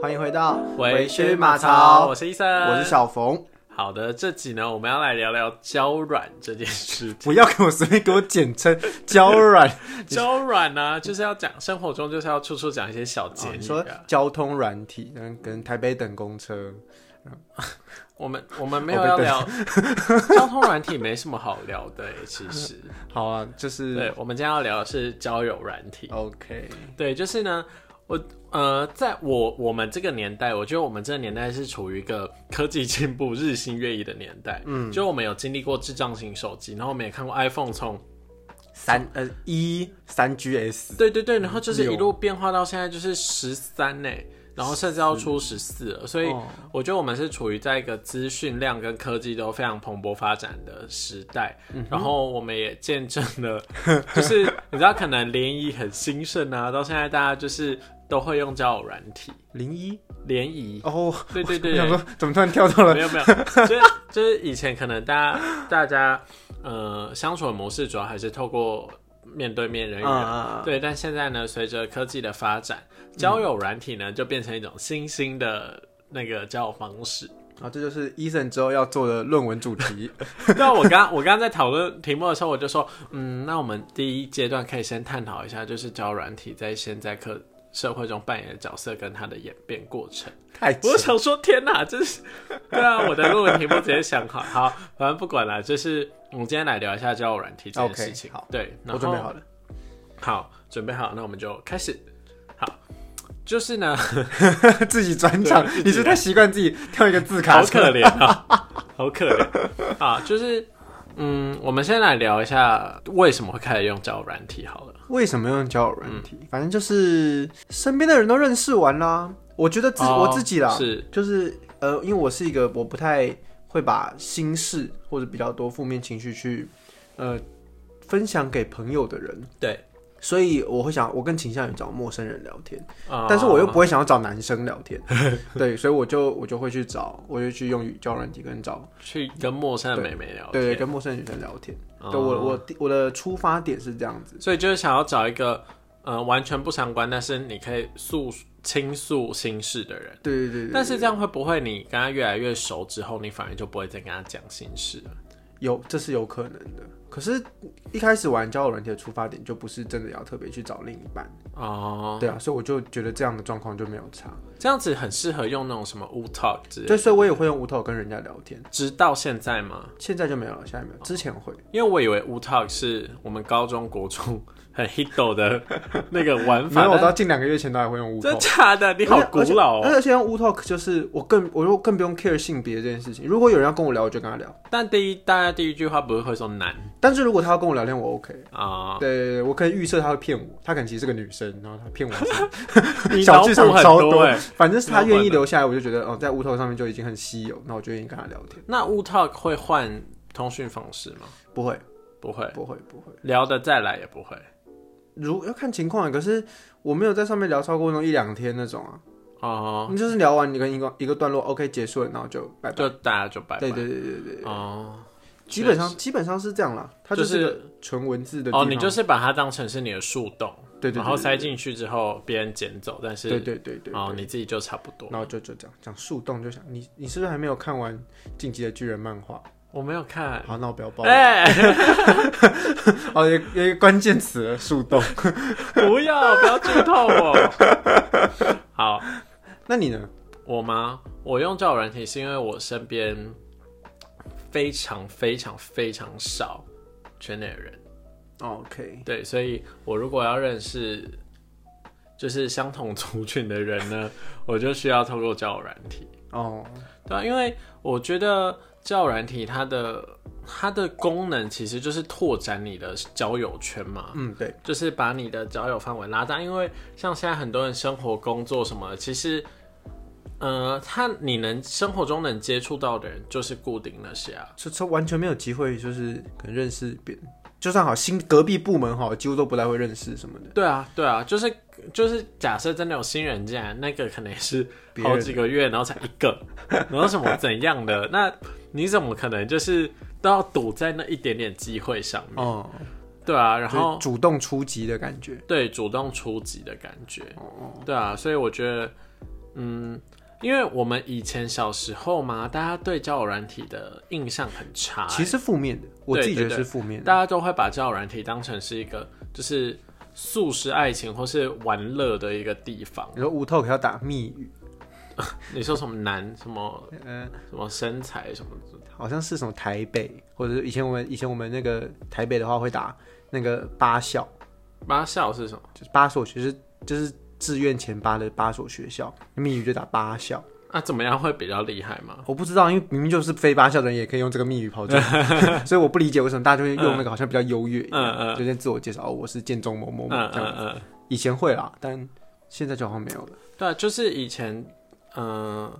欢迎回到回去马槽，槽我，是医生，我是。小冯。好的，这集呢，我们要来聊聊胶软这 件事情。不要给我随便给我简称胶 软，胶软呢，就是要讲生活中就是要处处讲一些小节哦你语说啊。交通软体，嗯，跟台北等公车，我们我们没有我被要瞪聊 交通软体，没什么好聊的、欸。其实，好啊，就是对，我们今天要聊的是交友软体。哦 OK，对，就是呢，我呃，在我我们这个年代，我觉得我们这个年代是处于一个科技进步日新月异的年代。嗯，就我们有经历过智障型手机，然后我们也看过 iPhone 从三呃一三 GS，对对对，然后就是一路变化到现在就是十三呢，然后甚至要出十四了，所以哦我觉得我们是处于在一个资讯量跟科技都非常蓬勃发展的时代，嗯然后我们也见证了， 就是你知道可能联谊很兴盛啊，到现在大家就是都会用交友软体零一联谊，哦，对对对我对想说怎么突然跳到了没有没有，就是就是以前可能大家大家呃相处的模式主要还是透过面对面人与人，嗯嗯嗯对，但现在呢，随着科技的发展，交友软体呢就变成一种新兴的。那个交友方式， 啊？这就是医生之后要做的论文主题，那我刚我刚在讨论题目的时候，我就说，嗯，那我们第一阶段可以先探讨一下，就是交友软体在现在科社会中扮演的角色跟它的演变过程。太 我扯想说，天哪，这是对啊！我的论文题目直接想好，好，反正不管了，就是我们今天来聊一下交友软体这件 OK，事情。好对，我然后准备好了，好，准备好，那我们就开始。好，就 是呢，自己转场对自己，你是太习惯自己跳一个字卡好车，可怜啊， 好可怜啊，就是。嗯，我们先来聊一下为什么会开始用交友软体好了。为什么用交友软体？嗯反正就是身边的人都认识完啦。我觉得自、哦我自己啦，是就是呃，因为我是一个我不太会把心事或者比较多负面情绪去呃分享给朋友的人，对，所以我会想，我更倾向于找陌生人聊天，啊但是我又不会想要找男生聊 天，对，所以我就我就会去找，我就去用交友软体跟找哦去跟陌生的美眉聊天，对对跟陌生女生聊天。哦对我我我的出发点是这样子，所以就是想要找一个呃完全不相关，但是你可以诉倾诉心事的人。对对对对但是这样会不会你跟他越来越熟之后，你反而就不会再跟他讲心事了？有，这是有可能的。可是，一开始玩交友软体的出发点就不是真的要特别去找另一半，哦，对啊，所以我就觉得这样的状况就没有差。这样子很适合用那种什么 Wu Talk 之类对，的。所以我也会用无头跟人家聊天，直到现在吗？现在就没有了，现在没有，之前会。因为我以为 Wu Talk 是我们高中国中很 hit 的那个玩没法，有，我但到近两个月前都还会用无头啊 真。假的？你好古老而且哦！而且用 w Talk 就是我更我就更不用 care 性别这件事情。如果有人要跟我聊，我就跟他聊。但第一，大家第一句话不是会说难但是如果他要跟我聊天，我 OK。啊？对对对，我可以预测他会骗我，他可能其实是个女生，然后他骗我。你小脑剧补场很超多哎。反正是他愿意留下来，我就觉得哦，在乌头上面就已经很稀有，那我就愿意跟他聊天。那 Wu Talk 会换通讯方式吗？不会，不会，不会，不会。聊得再来也不会。如要看情况，可是我没有在上面聊超过那种一两天那种啊。哦，你就是聊完你跟一个一个段落，OK 结束了，然后就拜拜。就大家就拜拜。对对对对对，哦，基本上基本上是这样啦。它就是是个纯文字的地哦，方。你就是把它当成是你的树洞，对对对然后塞进去之后别人捡走，但是对对对对，哦，你自己就差不多。然后就就这样讲树洞就想你你是不是还没有看完《进击的巨人》漫画？我没有看，好，那我不要报。哎， 哦，有有一个关键词了树 洞。不要不要剧透我。 好，那你呢？我吗？我用交友软体是因为我身边非常非常非常少圈内的人。哦，OK，对，所以我如果要认识就是相同族群的人呢，我就需要透过交友软体。哦，对、啊，因为我觉得交友软体它的它的功能其实就是拓展你的交友圈嘛，嗯，对，就是把你的交友范围拉大。因为像现在很多人生活、工作什么的，其实。呃，他你能生活中能接触到的人就是固定那些啊，这这完全没有机会，就是可能认识别人，就算好新隔壁部门哈，几乎都不太会认识什么的。对啊，对啊，就是就是，假设真的有新人进来，那个可能也是别人好几个月，然后才一 个，然后什么怎样的，那你怎么可能就是都要赌在那一点点机会上面？哦，对啊，然就后是主动出击的感觉。对主动出击的感觉，哦哦，对啊，所以我觉得嗯，因为我们以前小时候嘛，大家对交友软体的印象很差、其实是负面的，我自己觉得是负面的。大家都会把交友软体当成是一个就是素食爱情或是玩乐的一个地方。你说无透可要打密语，你说什么男什么嗯、什么身材什么的，好像是什么台北，或者是以前我们以前我们那个台北的话会打那个八校，八校是什么？就是八所学是就是志愿前八的八所学校，密语就打八校。那、怎么样会比较厉害吗？我不知道，因为明明就是非八校的人也可以用这个密语 跑进来，所以我不理解为什么大家就会用那个好像比较优越一样，嗯就先自我介绍哦，我是建中某某嗯某这样。嗯嗯，以前会啦，但现在就好像没有了。对啊，就是以前，嗯、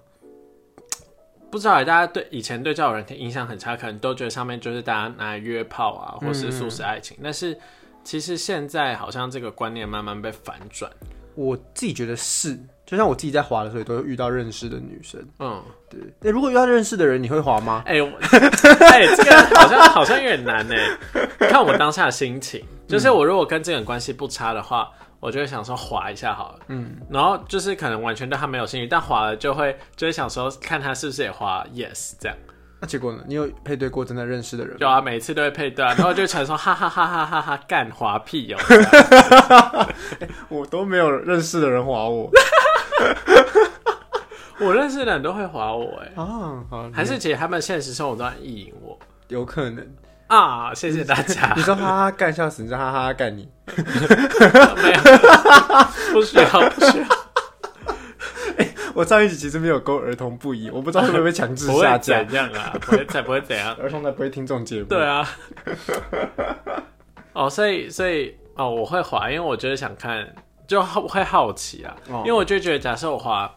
不知道欸大家对以前对交友软体印象很差，可能都觉得上面就是大家拿来约炮啊，或是嗯素食爱情，但是。其实现在好像这个观念慢慢被反转，我自己觉得是，就像我自己在滑的时候，也都会遇到认识的女生。嗯，对，那如果遇到认识的人，你会滑吗？哎、我哎、这个好像好像有点难呢。看我当下的心情，就是我如果跟这个人关系不差的话，我就会想说划一下好了。嗯，然后就是可能完全对他没有兴趣，但划了就会就会想说看他是不是也划 yes 这样。那结果呢？你有配对过真的认识的人吗？有啊，每次都会配对啊，然后就会传说哈哈哈哈哈哈干滑屁哦。我都没有认识的人滑我我认识的人都会划我哎、 啊，好，还是其实他们现实生活中在意淫我有可能。啊？谢谢大家你，说哈哈干笑死，你说哈哈干你， 没有， 不需要不需要，我上一集其实没有勾儿童不宜，我不知道会不会被强制不下会 架。怎样啊，不会才不会怎样。儿童才不会听这种节目。对啊。哦，所以所以哦，我会滑，因为我就是想看，就好会好奇啊，哦因为我就觉得，假设我滑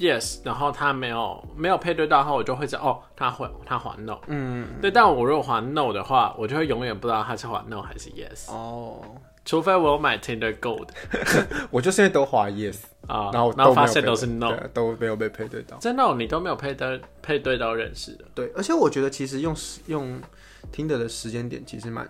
yes，然后他没有没有配对到的话，我就会知道哦，他滑他滑 no。嗯，对，但我如果滑 no 的话，我就会永远不知道他是滑 no 还是 yes，哦，除非我有买 Tinder Gold 我就是因为都滑 yes，啊、然后没然后有发现被都是 no，对都没有被配对到。真的哦、你都没有配对配对到认识的，对，而且我觉得其实用时用听的的时间点其实蛮，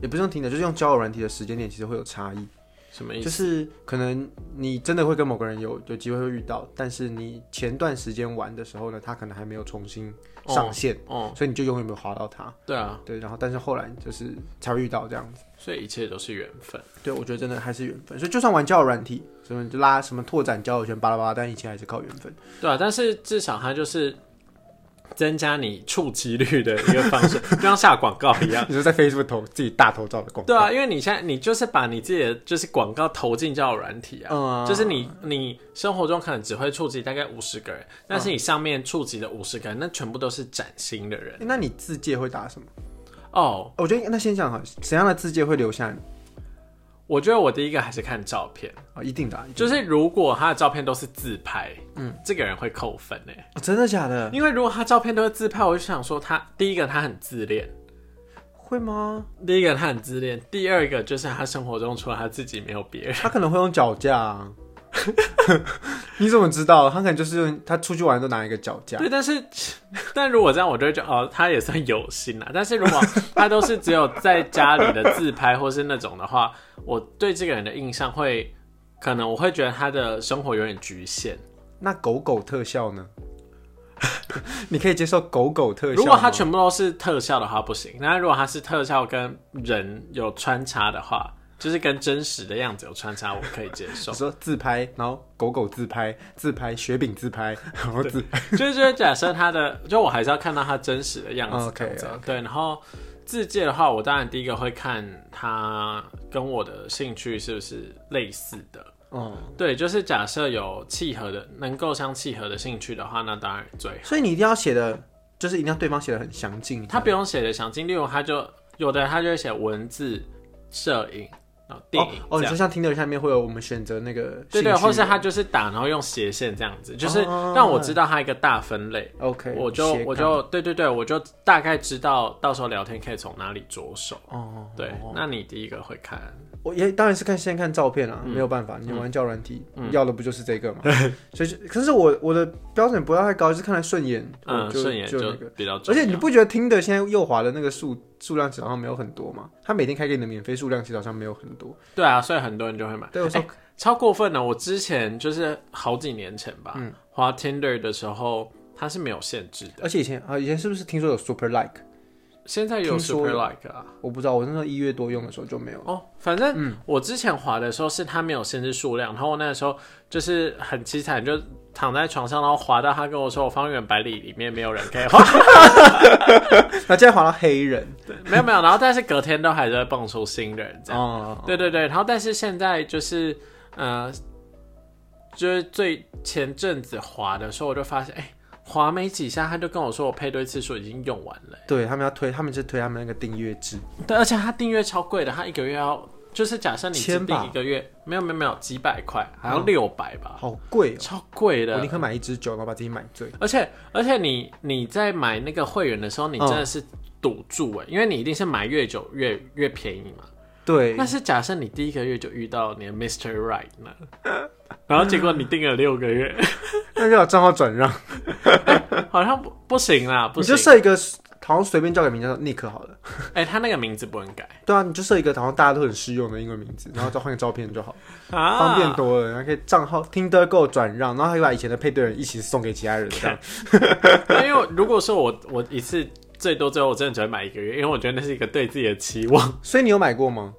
也不是用听的，就是用交友软体的时间点其实会有差异。什么意就思？是可能你真的会跟某个人有有机会会遇到，但是你前段时间玩的时候呢，他可能还没有重新上线，哦，所以你就永远没有滑到他。对啊，对，然后但是后来就是才会遇到这样子。所以一切都是缘分。对，我觉得真的还是缘分。所以就算玩交友软体，什么就拉什么拓展交友圈巴拉巴拉，但一切还是靠缘分。对啊，但是至少它就是增加你触及率的一个方 式，就像下广告一样。你说在 Facebook 投自己大头照的广告， 对啊，因为你现在你就是把你自己的就是广告投进交友软体啊，嗯啊就是你你生活中可能只会触及大概五十个人，但是你上面触及的五十个人，那全部都是崭新的人诶那你自介会打什么？哦。我觉得那先讲哈，怎样的自介会留下你？我觉得我第一个还是看照片，啊，一定的啊、一定就是如果他的照片都是自拍，嗯，这个人会扣分呢、哦真的假的？因为如果他照片都是自拍，我就想说他第一个他很自恋。会吗？第一个他很自恋，第二个就是他生活中除了他自己没有别人。他可能会用脚架、啊。 你怎么知道？他可能就是用他出去玩都拿一个脚架。对，但是 但如果这样，我就会觉得哦，他也算有心啦。但是如果他都是只有在家里的自拍或是那种的话，我对这个人的印象会，可能我会觉得他的生活有点局限。那狗狗特效呢？ 你可以接受狗狗特效吗？如果他全部都是特效的话不行，那如果他是特效跟人有穿插的话，就是跟真实的样子有穿插，我可以接受你。说自拍，然后狗狗自拍，自拍雪饼自拍，然后自拍 就是就是假设他的，就我还是要看到他真实的样子 OK，这样 OK 对，然后自介的话，我当然第一个会看他跟我的兴趣是不是类似的。哦、对，就是假设有契合的，能够相契合的兴趣的话，那当然最好。所以你一定要写的，就是一定要对方写的很详尽。他不用写的详尽，例如他就有的他就会写文字、摄影、然后电影哦哦，这你样。说像听的下面会有我们选择那个对对，兴趣或是他就是打，然后用斜线这样子，就是哦让我知道他一个大分类。 OK，我就斜杠我就对对对，我就大概知道到时候聊天可以从哪里着手。哦，对，那你第一个会看，我也当然是看先看照片嗯啦，没有办法，你玩教软体、要的不就是这 个嘛？所以就可是我我的标准不要太高，就是看来顺眼，嗯我，就顺眼就就那个。比较重而要。且你不觉得听的现在右滑的那个数数量其实好像没有很多嘛？他每天开给你的免费数量其实好像没有很多。对啊，所以很多人就会买。对，我说、超过分哦了。我之前就是好几年前吧，嗯滑 Tinder 的时候，它是没有限制的。而且以前啊，以前是不是听说有 Super Like？现在有听说 Super Like 啊，我不知道，我那时候一月多用的时候就没有。哦，反正嗯我之前滑的时候是它没有限制数量，然后我那个时候就是很凄惨，就躺在床上，然后滑到他跟我说我方圆百里里面没有人可以滑，那现在滑到黑人，没有没有，然后但是隔天都还在蹦出新人 这样，哦，对对对，然后但是现在就是呃，就是最前阵子滑的时候，我就发现哎。滑没几下，他就跟我说我配对次数已经用完了。对他们要推，他们是推他们那个订阅制，对，而且他订阅超贵的，他一个月要就是假设你只千吧订一个月，没有没有没有几百块，好像嗯六百吧，好贵哦、嗯超贵我的宁。可买一支酒，然后把自己买醉。而且而且你你在买那个会员的时候，你真的是赌注哎、因为你一定是买越久越越便宜嘛。对，但是假设你第一个月就遇到你的 Mr. Right 呢，然后结果你订了六个月，那就把账号转让，好像不不行啦，不你行就。设一个，好像随便叫个名字叫 Nick 好了。哎、他那个名字不能改对啊，你就设一个好像大家都很适用的英文名字，然后再换个照片就好，啊，方便多了。然后可以账号听得够转让，然后还可以把以前的配对人一起送给其他人，这样啊因为如果说我我一次最多最后我真的只会买一个月，因为我觉得那是一个对自己的期望。所以你有买过吗？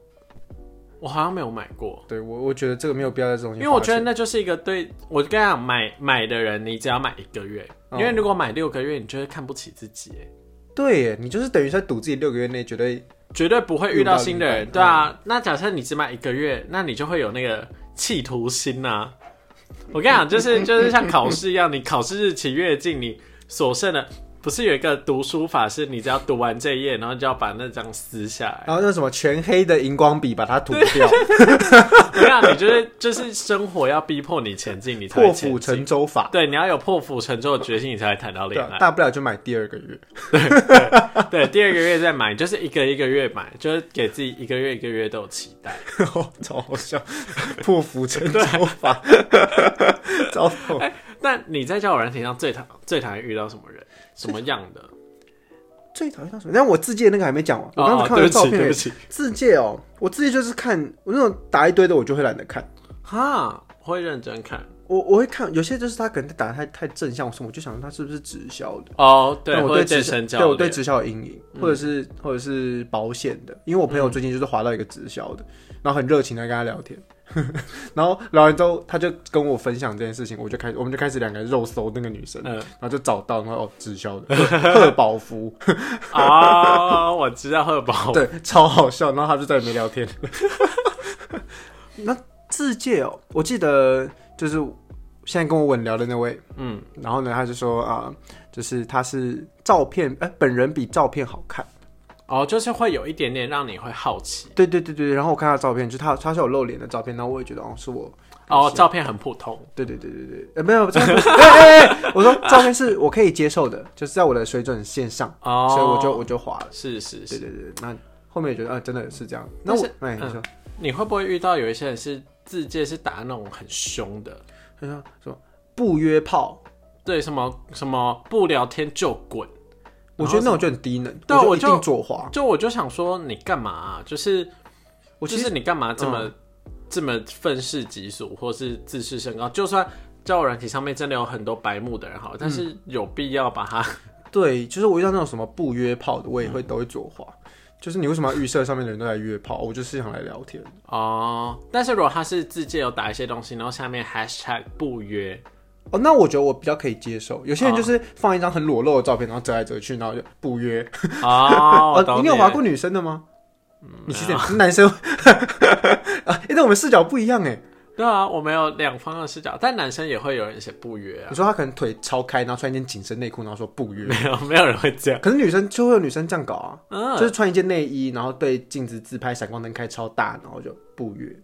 我好像没有买过，对我，我觉得这个没有必要在这种，因为我觉得那就是一个对我跟你讲，买买的人你只要买一个月，嗯因为如果买六个月，你就会看不起自己，哎对耶，你就是等于在赌自己六个月内绝对绝对不会遇到新的人遇。到另一半嗯对啊，那假设你只买一个月，那你就会有那个企图心呐、我跟你讲，就是 就是像考试一样，你考试日期越近，你所剩的不是有一个读书法，是你只要读完这一页，然后你就要把那张撕下来。然后用什么全黑的荧光笔把它涂掉，我跟你讲，你就是就是生活要逼迫你前进，你才会啊破前釜进沉。舟法。对，你要有破釜沉舟的决心，你才会谈 到对恋啊，爱。大不了就买第二个月。 对，第二个月再买，就是一个一个月买，就是给自己一个月一个月都有期 待。哦超好笑，破釜沉舟法， 糟透。那你在交友软体上最常最常遇到什么人，什么样的？最讨厌到什么？但我自介那个还没讲完， 我刚哦才哦看对完不照起，片对而已， 不起。自介哦，我自介就是看我那种打一堆的，我就会懒得看。哈，我会认真看。我我会看，有些就是他可能打得太太正向什么，我就想他是不是直销的。哦，对，但我或者对直健销，身对教我对练。直销有阴影，嗯或者是或者是保险的，因为我朋友最近就是划到一个直销的，然后很热情的跟他聊天， 然后聊完之后他就跟我分享这件事情，我就开我们就开始两个人肉搜那个女生，嗯然后就找到，然后哦直销的 贺宝福，啊、 我知道贺宝。对，超好笑，然后他就再也没聊天。 那自介哦，我记得就是现在跟我稳聊的那位，嗯，然后呢他就说啊、就是他是照片，哎、本人比照片好看。哦，就是会有一点点让你会好奇。对对对对，然后我看他的照片，就他他是有露脸的照片，然后我也觉得哦是我，哦，照片很普通。对对对对对，呃没有，照片不是 哎哎哎我说照片是我可以接受的，就是在我的水准线上，哦，所以我就我就划了，是是是对。对对，那后面也觉得啊、真的是这样，那但我是哎你嗯说你会不会遇到有一些人是自介是打那种很凶的，他说什么不约炮，对什么什么不聊天就滚？我觉得那种就很低能，对啊我我一就定左滑，就我就想说你干嘛啊、就是我就其实嗯是你干嘛这么、这么愤世嫉俗，或是自视甚高？就算交友软体上面真的有很多白目的人，好了，但是有必要把它、对，就是我遇到那种什么不约炮的，我也会都会左滑，就是你为什么要预设上面的人都来约炮，我就是想来聊天，哦。但是如果他是自介有打一些东西，然后下面 hashtag 不约，哦，那我觉得我比较可以接受。有些人就是放一张很裸露的照片，然后折来折去，然后就不约。哦，我懂你有划过女生的吗？你其实也男生 啊，因为我们视角不一样哎。对啊，我们有两方的视角，但男生也会有人写不约啊 你，说他可能腿超开，然后穿一件紧身内裤，然后说不约。没有没有人会这样，可是女生就会有女生这样搞啊，嗯。就是穿一件内衣，然后对镜子自拍，闪光灯开超大，然后就不约。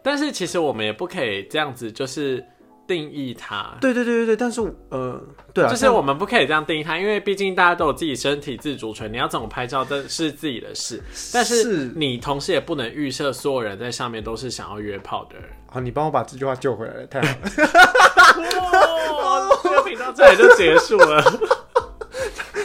但是其实我们也不可以这样子，就是定义它。对对对对对，但是呃，对啊，就是我们不可以这样定义它，因为毕竟大家都有自己身体自主权，你要怎么拍照这是自己的事。但是是你同时也不能预设所有人在上面都是想要约炮的人。好，你帮我把这句话救回来了，太好了。 哇，哦这个频道这里就结束 了。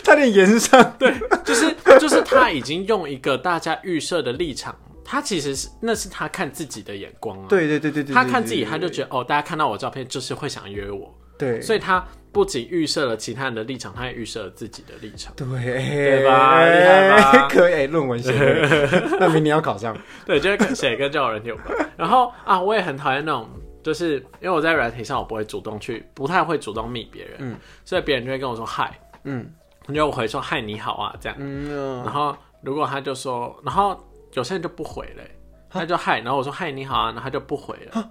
差点延上，对，就是就是他已经用一个大家预设的立场他其实是那是他看自己的眼光啊。对对对对对，他看自己，对他就觉得哦，大家看到我照片就是会想约我，对，所以他不仅预设了其他人的立场，他也预设了自己的立场。对对吧厉害吧可以，哎论文写 对，那明年要考上。对，就是跟写跟交友软体有关。然后啊，我也很讨厌那种，就是因为我在软体上我不会主动去，不太会主动密别人，嗯所以别人就会跟我说嗨，嗯你就我回说嗨你好啊这样。嗯然后如果他就说，然后有些人就不回嘞、他就嗨，然后我说嗨你好啊，然后他就不回了。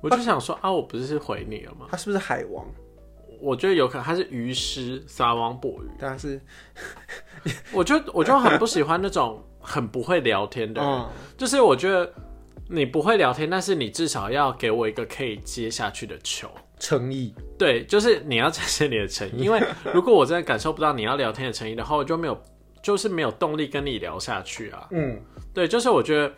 我就想说啊，我不是回你了吗？他是不是海王？我觉得有可能他是鱼师撒网捕鱼，他是，我就我就很不喜欢那种很不会聊天的人，嗯，就是我觉得你不会聊天，但是你至少要给我一个可以接下去的球。诚意。对，就是你要展现你的诚意，因为如果我真的感受不到你要聊天的诚意的话，我就没有，就是没有动力跟你聊下去啊。嗯，对，就是我觉得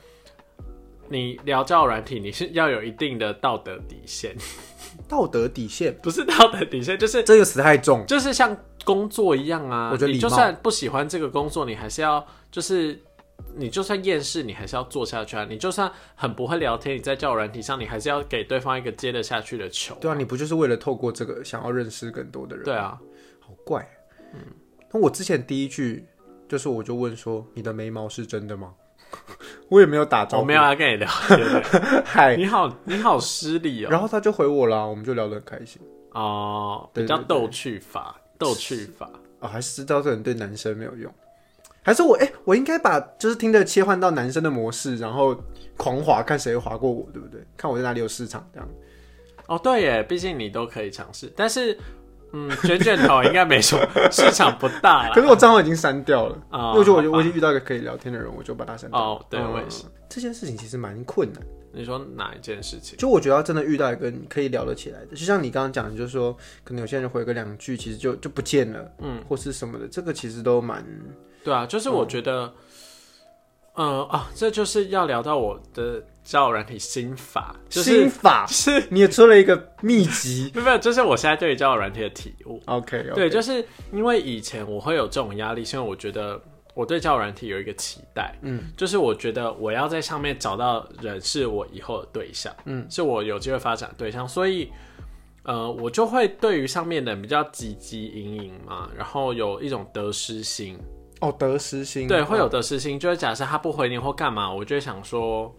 你聊交友软体，你是要有一定的道德底线， 道德底线不是道德底线，就是这个词太重。就是像工作一样啊。我觉得礼你貌就算不喜欢这个工作，你还是要就是。你就算厌世，你还是要做下去啊！你就算很不会聊天，你在交友软体上，你还是要给对方一个接得下去的球。对啊，你不就是为了透过这个想要认识更多的人？对，啊，好怪。啊那我之前第一句就是，我就问说，你的眉毛是真的吗？ 我也没有打招我呼，哦没有要跟你聊天的。 嗨。你好，你好失礼哦。然后他就回我啦，我们就聊得很开心哦，对比较对逗趣法，逗趣法。啊，还是知道这个人对男生没有用，还是我哎、我应该把就是听着切换到男生的模式，然后狂滑看谁会滑过我，对不对？看我在哪里有市场这样。哦，对耶，毕竟你都可以尝试，但是，嗯，卷卷头应该没什么市场不大 可啦。是我账号已经删掉了，啊因为我觉得我就好吧我已经遇到一个可以聊天的人，我就把他删掉。嗯哦对我也是。这件事情其实蛮困难的，你说哪一件事情？就我觉得要真的遇到一个你可以聊得起来的，就像你刚刚讲，你就说可能有些人回个两句，其实就就不见了，嗯，或是什么的，这个其实都蛮对啊，就是我觉得，嗯、啊，这就是要聊到我的交友软体心法，就是心法。是你也出了一个秘 籍没有，没有，就是我现在对于交友软体的体悟。 ，OK，, 对，就是因为以前我会有这种压力，是因为我觉得我对交友软体有一个期待，嗯，就是我觉得我要在上面找到人是我以后的对象，嗯，是我有机会发展的对象，所以。呃，我就会对于上面的人比较汲汲营营嘛，然后有一种得失心，哦，得失心，哦对，会有得失心，就是假设他不回你或干嘛，我就会想说，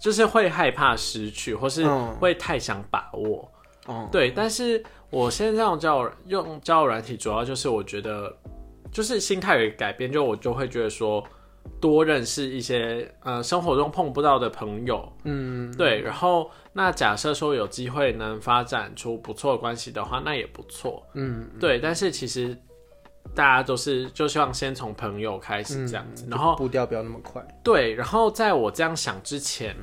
就是会害怕失去，或是嗯会太想把握，哦，对，但是我现在用交友用交友软体，主要就是我觉得就是心态有一个改变，就我就会觉得说多认识一些呃生活中碰不到的朋友，嗯，对，然后那假设说有机会能发展出不错的关系的话，那也不错，嗯，对，但是其实大家都是就希望先从朋友开始这样子，然后步调不要那么快，对，然后在我这样想之前，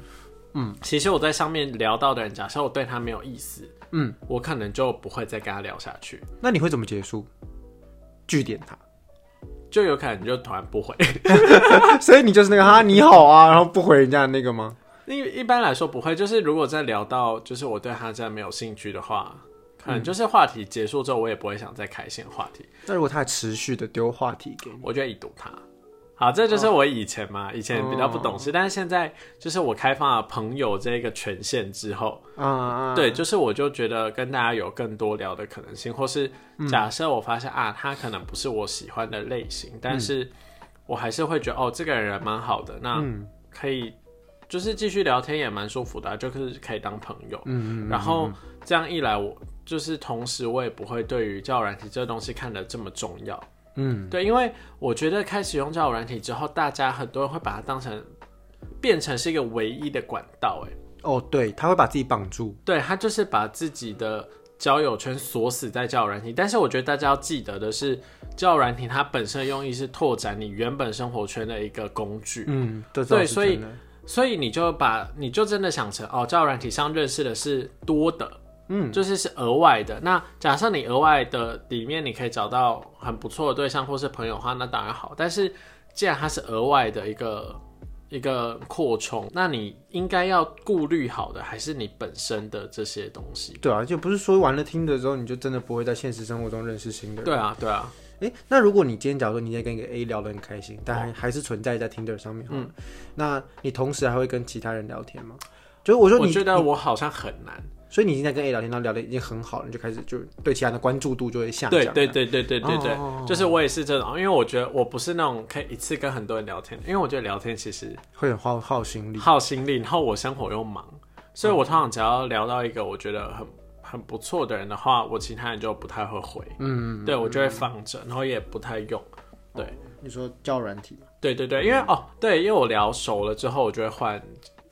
嗯，其实我在上面聊到的人，假设我对他没有意思，嗯，我可能就不会再跟他聊下去，那你会怎么结束？据点他，就有可能就突然不回。 所以你就是那个哈你好啊，然后不回人家的那个吗？因为一般来说不会，就是如果再聊到就是我对他真的没有兴趣的话，嗯可能就是话题结束之后，我也不会想再开新的话题，那如果他还持续的丢话题给你，我就已读他。好，哦这就是我以前嘛，以前比较不懂事，但是现在就是我开放了朋友这个权限之后，啊啊，对，就是我就觉得跟大家有更多聊的可能性，或是嗯假设我发现、啊，他可能不是我喜欢的类型，嗯但是我还是会觉得哦，这个人蛮好的，那嗯可以就是继续聊天也蛮舒服的啊、就是可以当朋友。嗯，然后这样一来我，就是同时我也不会对于交友软体这个东西看得这么重要。嗯对，因为我觉得开始用交友软体之后，大家很多人会把它当成变成是一个唯一的管道、哎。哦，对，他会把自己绑住，对他就是把自己的交友圈锁死在交友软体，但是我觉得大家要记得的是，交友软体它本身的用意是拓展你原本生活圈的一个工具，嗯，这对倒是所以真的所以你就把你就真的想成哦，交友软体上认识的是多的，嗯，就是是额外的。那假设你额外的里面你可以找到很不错的对象或是朋友的话，那当然好。但是既然它是额外的一个一个扩充，那你应该要顾虑好的还是你本身的这些东西。对啊，就不是说玩了听的之后，你就真的不会在现实生活中认识新的人。对啊，对啊，诶，那如果你今天假如说你在跟一个 A 聊得很开心，但哦还还是存在在 Tinder 上面，嗯，那你同时还会跟其他人聊天吗？就是我说我你，觉得我好像很难。所以你已经在跟 A 聊天，然后聊的已经很好了，你就开始就对其他人的关注度就会下降对了。对对对对对对，哦就是我也是这种，因为我觉得我不是那种可以一次跟很多人聊天的，因为我觉得聊天其实会很耗耗心力。耗心力，然后我生活又忙，所以我通常只要聊到一个我觉得很很不错的人的话，我其他人就不太会回，嗯，对我就会放着，然后也不太用。你说教软体嘛，对对对，因为、哦，对，因为我聊熟了之后，我就会换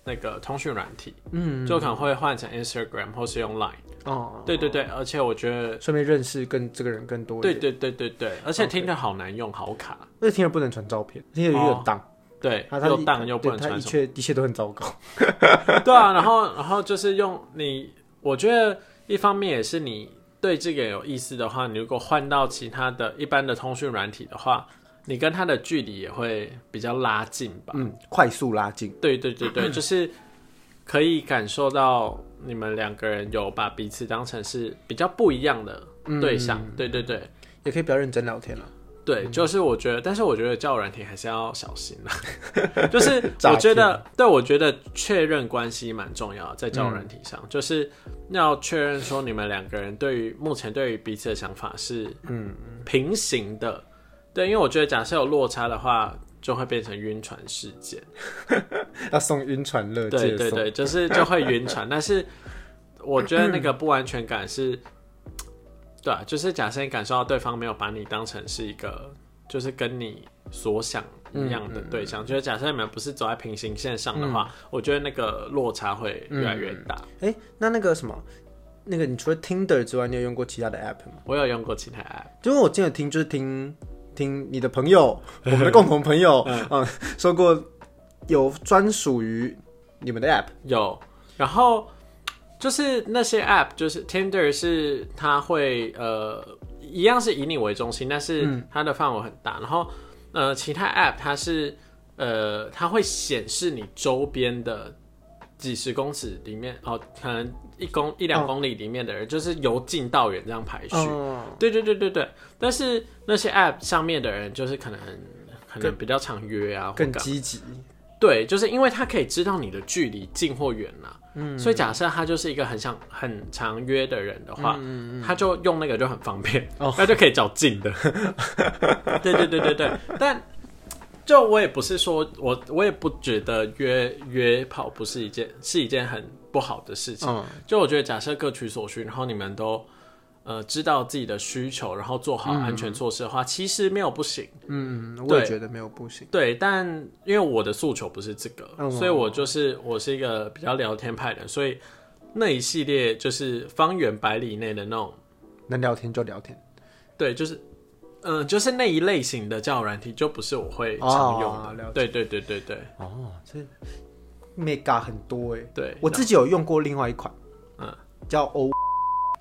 那个通讯软体，嗯，就可能会换成 Instagram 或是用 Line。哦，对对对，而且我觉得，顺便认识更这个人更多一对点。对对对对，而且 OK Tinder 好难用，好卡，而且 Tinder 不能传照片，Tinder 有点档，对，它它又啊一荡哦又不能对它传一什切一切都很糟糕。么。对啊，然后然后就是用你，我觉得一方面也是你对这个有意思的话，你如果换到其他的一般的通讯软体的话，你跟它的距离也会比较拉近吧。嗯，快速拉近。对对对对，就是可以感受到你们两个人有把彼此当成是比较不一样的嗯对象。对对对也可以不要认真聊 天了。嗯对，就是我觉得，但是我觉得交友软体还是要小心啦。 就是诈我觉得，对我觉得确认关系蛮重要的，在交友软体上，嗯就是要确认说你们两个人对于目前对于彼此的想法是嗯，平行的。对，因为我觉得假设有落差的话，就会变成晕船事件。要送晕船乐界送。对对对，就是就会晕船，但是我觉得那个不安全感是，对啊，就是假设你感受到对方没有把你当成是一个，就是跟你所想一样的对象，就是假设你们不是走在平行线上的话，我觉得那个落差会越来越大。哎、那那个什么，那个你除了 Tinder 之外，你有用过其他的 app 吗？我有用过其他 app，就因为我之前有听就是听听你的朋 友，我们的共同朋友，嗯，说过有专属于你们的 app。有，然后就是那些 app，就是 Tinder 是它会呃一样是以你为中心，但是它的范围很大。然后呃，其他 app 它是呃它会显示你周边的几十公尺里面哦，可能一公一两公里里面的人，就是由近到远这样排序。嗯，对对对对对，但是那些 app 上面的人就是可能可能比较常约啊，或更干嘛积极。对，就是因为他可以知道你的距离近或远啦、嗯，所以假设他就是一个很想很常约的人的话，他就用那个就很方便，哦那就可以找近的。对对对对对，但就我也不是说我我也不觉得约约跑不是一件是一件很不好的事情。嗯就我觉得假设各取所需，然后你们都呃知道自己的需求，然后做好安全措施的话，其实没有不行。嗯，我对也觉得没有不行。对，但因为我的诉求不是这个，嗯所以我就是我是一个比较聊天派的人，所以那一系列就是方圆百里内的那种，能聊天就聊天，对，就是嗯、就是那一类型的交友软体，就不是我会常用哦的。了解对对对对对哦，这 mega 很多哎、对，我自己有用过另外一款，嗯，叫 O，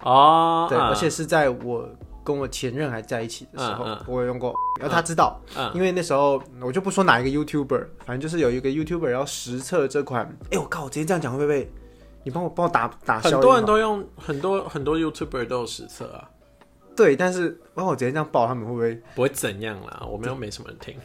哦，对，嗯而且是在我跟我前任还在一起的时候，嗯嗯我有用过 O，然后他知道，嗯因为那时候我就不说哪一个 YouTuber，反正就是有一个 YouTuber 要实测这款，哎、我靠，我直接这样讲会不会被你帮我帮我打打消很多音人吗都用，很多很多 YouTuber 都有实测啊，对，但是帮我直接这样爆他们会不会？ 不会怎样啦，我们又没什么人听，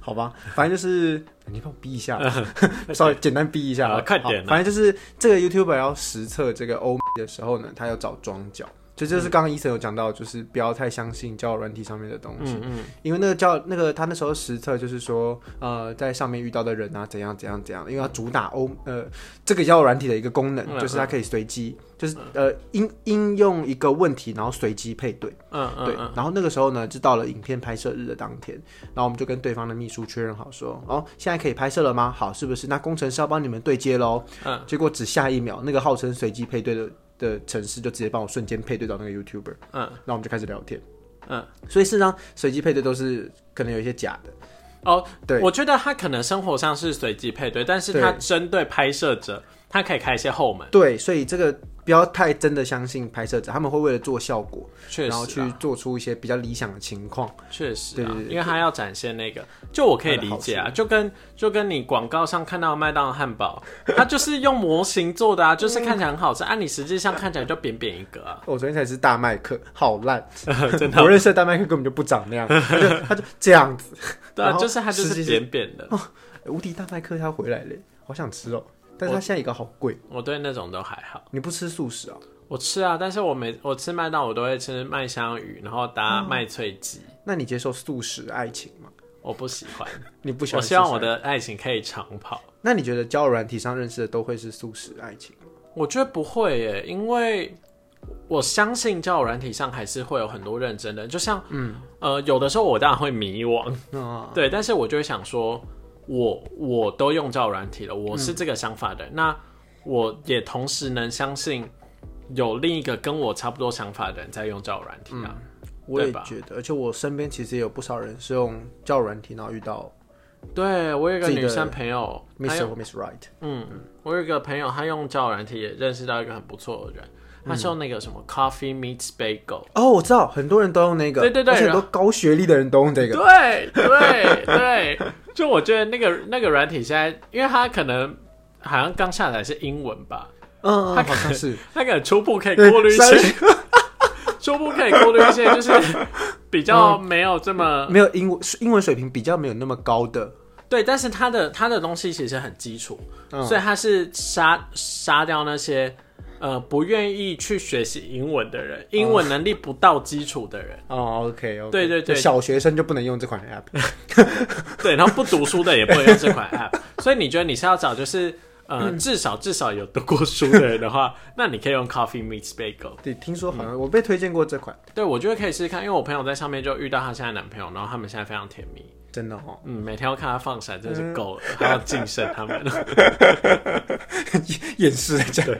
好吧，反正就是你帮我逼一下， 稍微简单逼一下好好快嗯点啊反正就是这个 YouTuber 要实测这个欧米的时候呢，他要找庄脚，就这是嗯刚刚医生有讲到，就是不要太相信交友软体上面的东西，嗯嗯，因为那个叫那个他那时候实测就是说，呃，在上面遇到的人啊，怎样怎样怎样，因为它主打欧呃这个交友软体的一个功能，嗯就是它可以随机，就是呃应应用一个问题，然后随机配对。嗯嗯对嗯，，然后那个时候呢，就到了影片拍摄日的当天，然后我们就跟对方的秘书确认好说，哦，现在可以拍摄了吗？好，是不是？那工程师要帮你们对接喽。嗯，结果只下一秒，那个号称随机配对的的城市就直接帮我瞬间配对到那个 YouTuber，嗯，然后我们就开始聊天，嗯，所以事实上随机配对都是可能有一些假的，哦，对我觉得他可能生活上是随机配对，但是他针对拍摄者，他可以开一些后门。对，所以这个不要太真的相信拍摄者，他们会为了做效果，确然后实去啊，做出一些比较理想的情况。哦确实对啊对，对因为他要展现那个，就我可以理解啊，就跟就跟你广告上看到的麦当劳汉堡， 它就是用模型做的啊，就是看起来嗯很好吃，按、你实际上看起来就扁扁一 个啊，我昨天才吃大麦克，好烂！真的我认识的大麦克根本就不长那 样，他就他就这样子。对啊然，后就是它就实际是是哦扁扁的，无敌大麦克他回来了，好想吃哦！但是他现在一个好贵，我对那种都还好。你不吃素食啊？我吃啊，但是我每我吃麦当，我都会吃麦香鱼，然后哦搭麦脆鸡，那你接受素食爱情吗？我不喜欢。你不喜我欢？希望我。的爱情可以长跑。那你觉得交友软体上认识的都会是素食爱情吗？我觉得不会耶，因为我相信交友软体上还是会有很多认真的，就像嗯呃，有的时候我当然会 迷惘，那对，但是我就会想说，我我都用交友软体了，我嗯是这个想法的，那我也同时能相信有另一个跟我差不多想法的人在用交友软体啊。嗯我也对吧觉得，而且我身边其实也有不少人是用交友软体，然后遇到对我有一个自己的女生朋友，她 Mr 或 Miss Right。嗯，我有一个朋友，他用交友软体也认识到一个很不错的人，嗯他是用那个什么 Coffee Meets Bagel，、哦，我知道，很多人都用那个，对对对而且很然后多高学历的人都用这个。对对对， 就我觉得那个那个软体现在，因为他可能好像刚下载是英文吧，嗯，嗯他好像 是。他可能初步可以过滤一些， 初步可以过滤一些，就是比较没有这么、没有英文英文水平比较没有那么高的，对，但是他的他的东西其实很基础，嗯所以他是杀杀掉那些呃不愿意去学习英文的人，英文能力不到基础的人，哦，OK，, o 对对对小学生就不能用这款 app，对，然后不读书的也不能用这款 app。所以你 觉得你是要找就是呃至少至少有读过书的人的话，那你可以用 Coffee Meets Bagel。对，听说好像我被推荐过这款，对我觉得可以试试看，因为我朋友在上面就遇到她现在男朋友，然后他们现在非常甜蜜。真的哦，嗯，每天要看他放闪真是够了，还要晋升他们。 演示在这，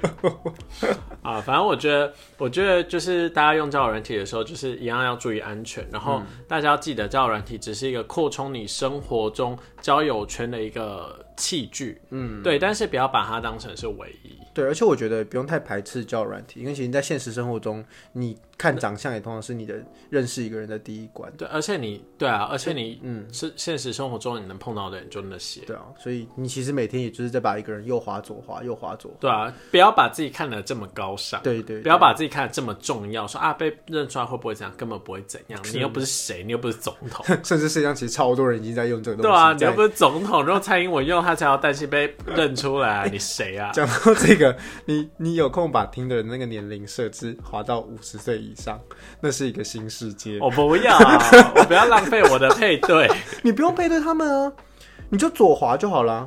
啊，反正我觉得，我觉得就是大家用交友软体的时候，就是一样要注意安全。然后大家要记得，交友软体只是一个扩充你生活中交友圈的一个器具，嗯，对。但是不要把它当成是唯一。对，而且我觉得不用太排斥交友软体，因为其实你在现实生活中，你看长相也通常是你的认识一个人的第一关，对，而且你对啊，而且你嗯，是现实生活中你能碰到的人就那些，对啊，所以你其实每天也就是在把一个人右滑左滑右滑左滑，对啊，不要把自己看得这么高尚。对对不要把自己看得这么重要，说啊被认出来会不会怎样，根本不会怎样。你又不是谁，你又不是总 统，对 甚至世界上其实超多人已经在用这个东西，对啊，你在又不是总统，如果蔡英文用他才要担心被认出来、你谁啊？讲到哎这个，你你有空把听的人那个年龄设置滑到五十岁以上，那是一个新世界。我不要，啊我不要浪费我的配对。你不用配对他们啊，你就左滑就好啦。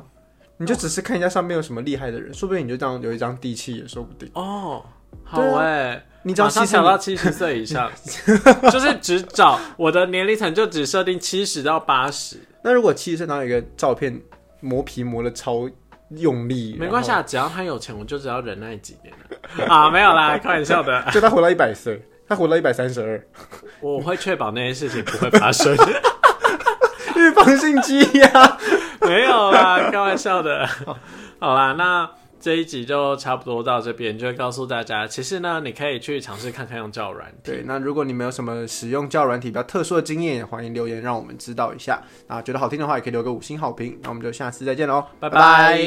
你就只是看一下上面有什么厉害的人，说不定你就这样有一张地契也说不定。哦，好对啊哎、你只要马上牺牲想你到七十岁以上， 就是只找我的年龄层就只设定七十到八十，那如果七十岁然后有一个照片磨皮磨的超用力，没关系啊，只要他有钱，我就只要忍耐几年了啊， 没有啦，开玩笑的，然后，就他活到一百岁，他活到一百三十 二， 我会确保那些事情不会发生，预防性肌呀、 没有啦，开玩笑的。好啦，那这一集就差不多到这边，就会告诉大家，其实呢，你可以去尝试看看用交友软体。对，那如果你们有什么使用教软体比较特殊的经验，也欢迎留言让我们知道一下。啊，觉得好听的话，也可以留个五星好评。那我们就下次再见喽，拜拜。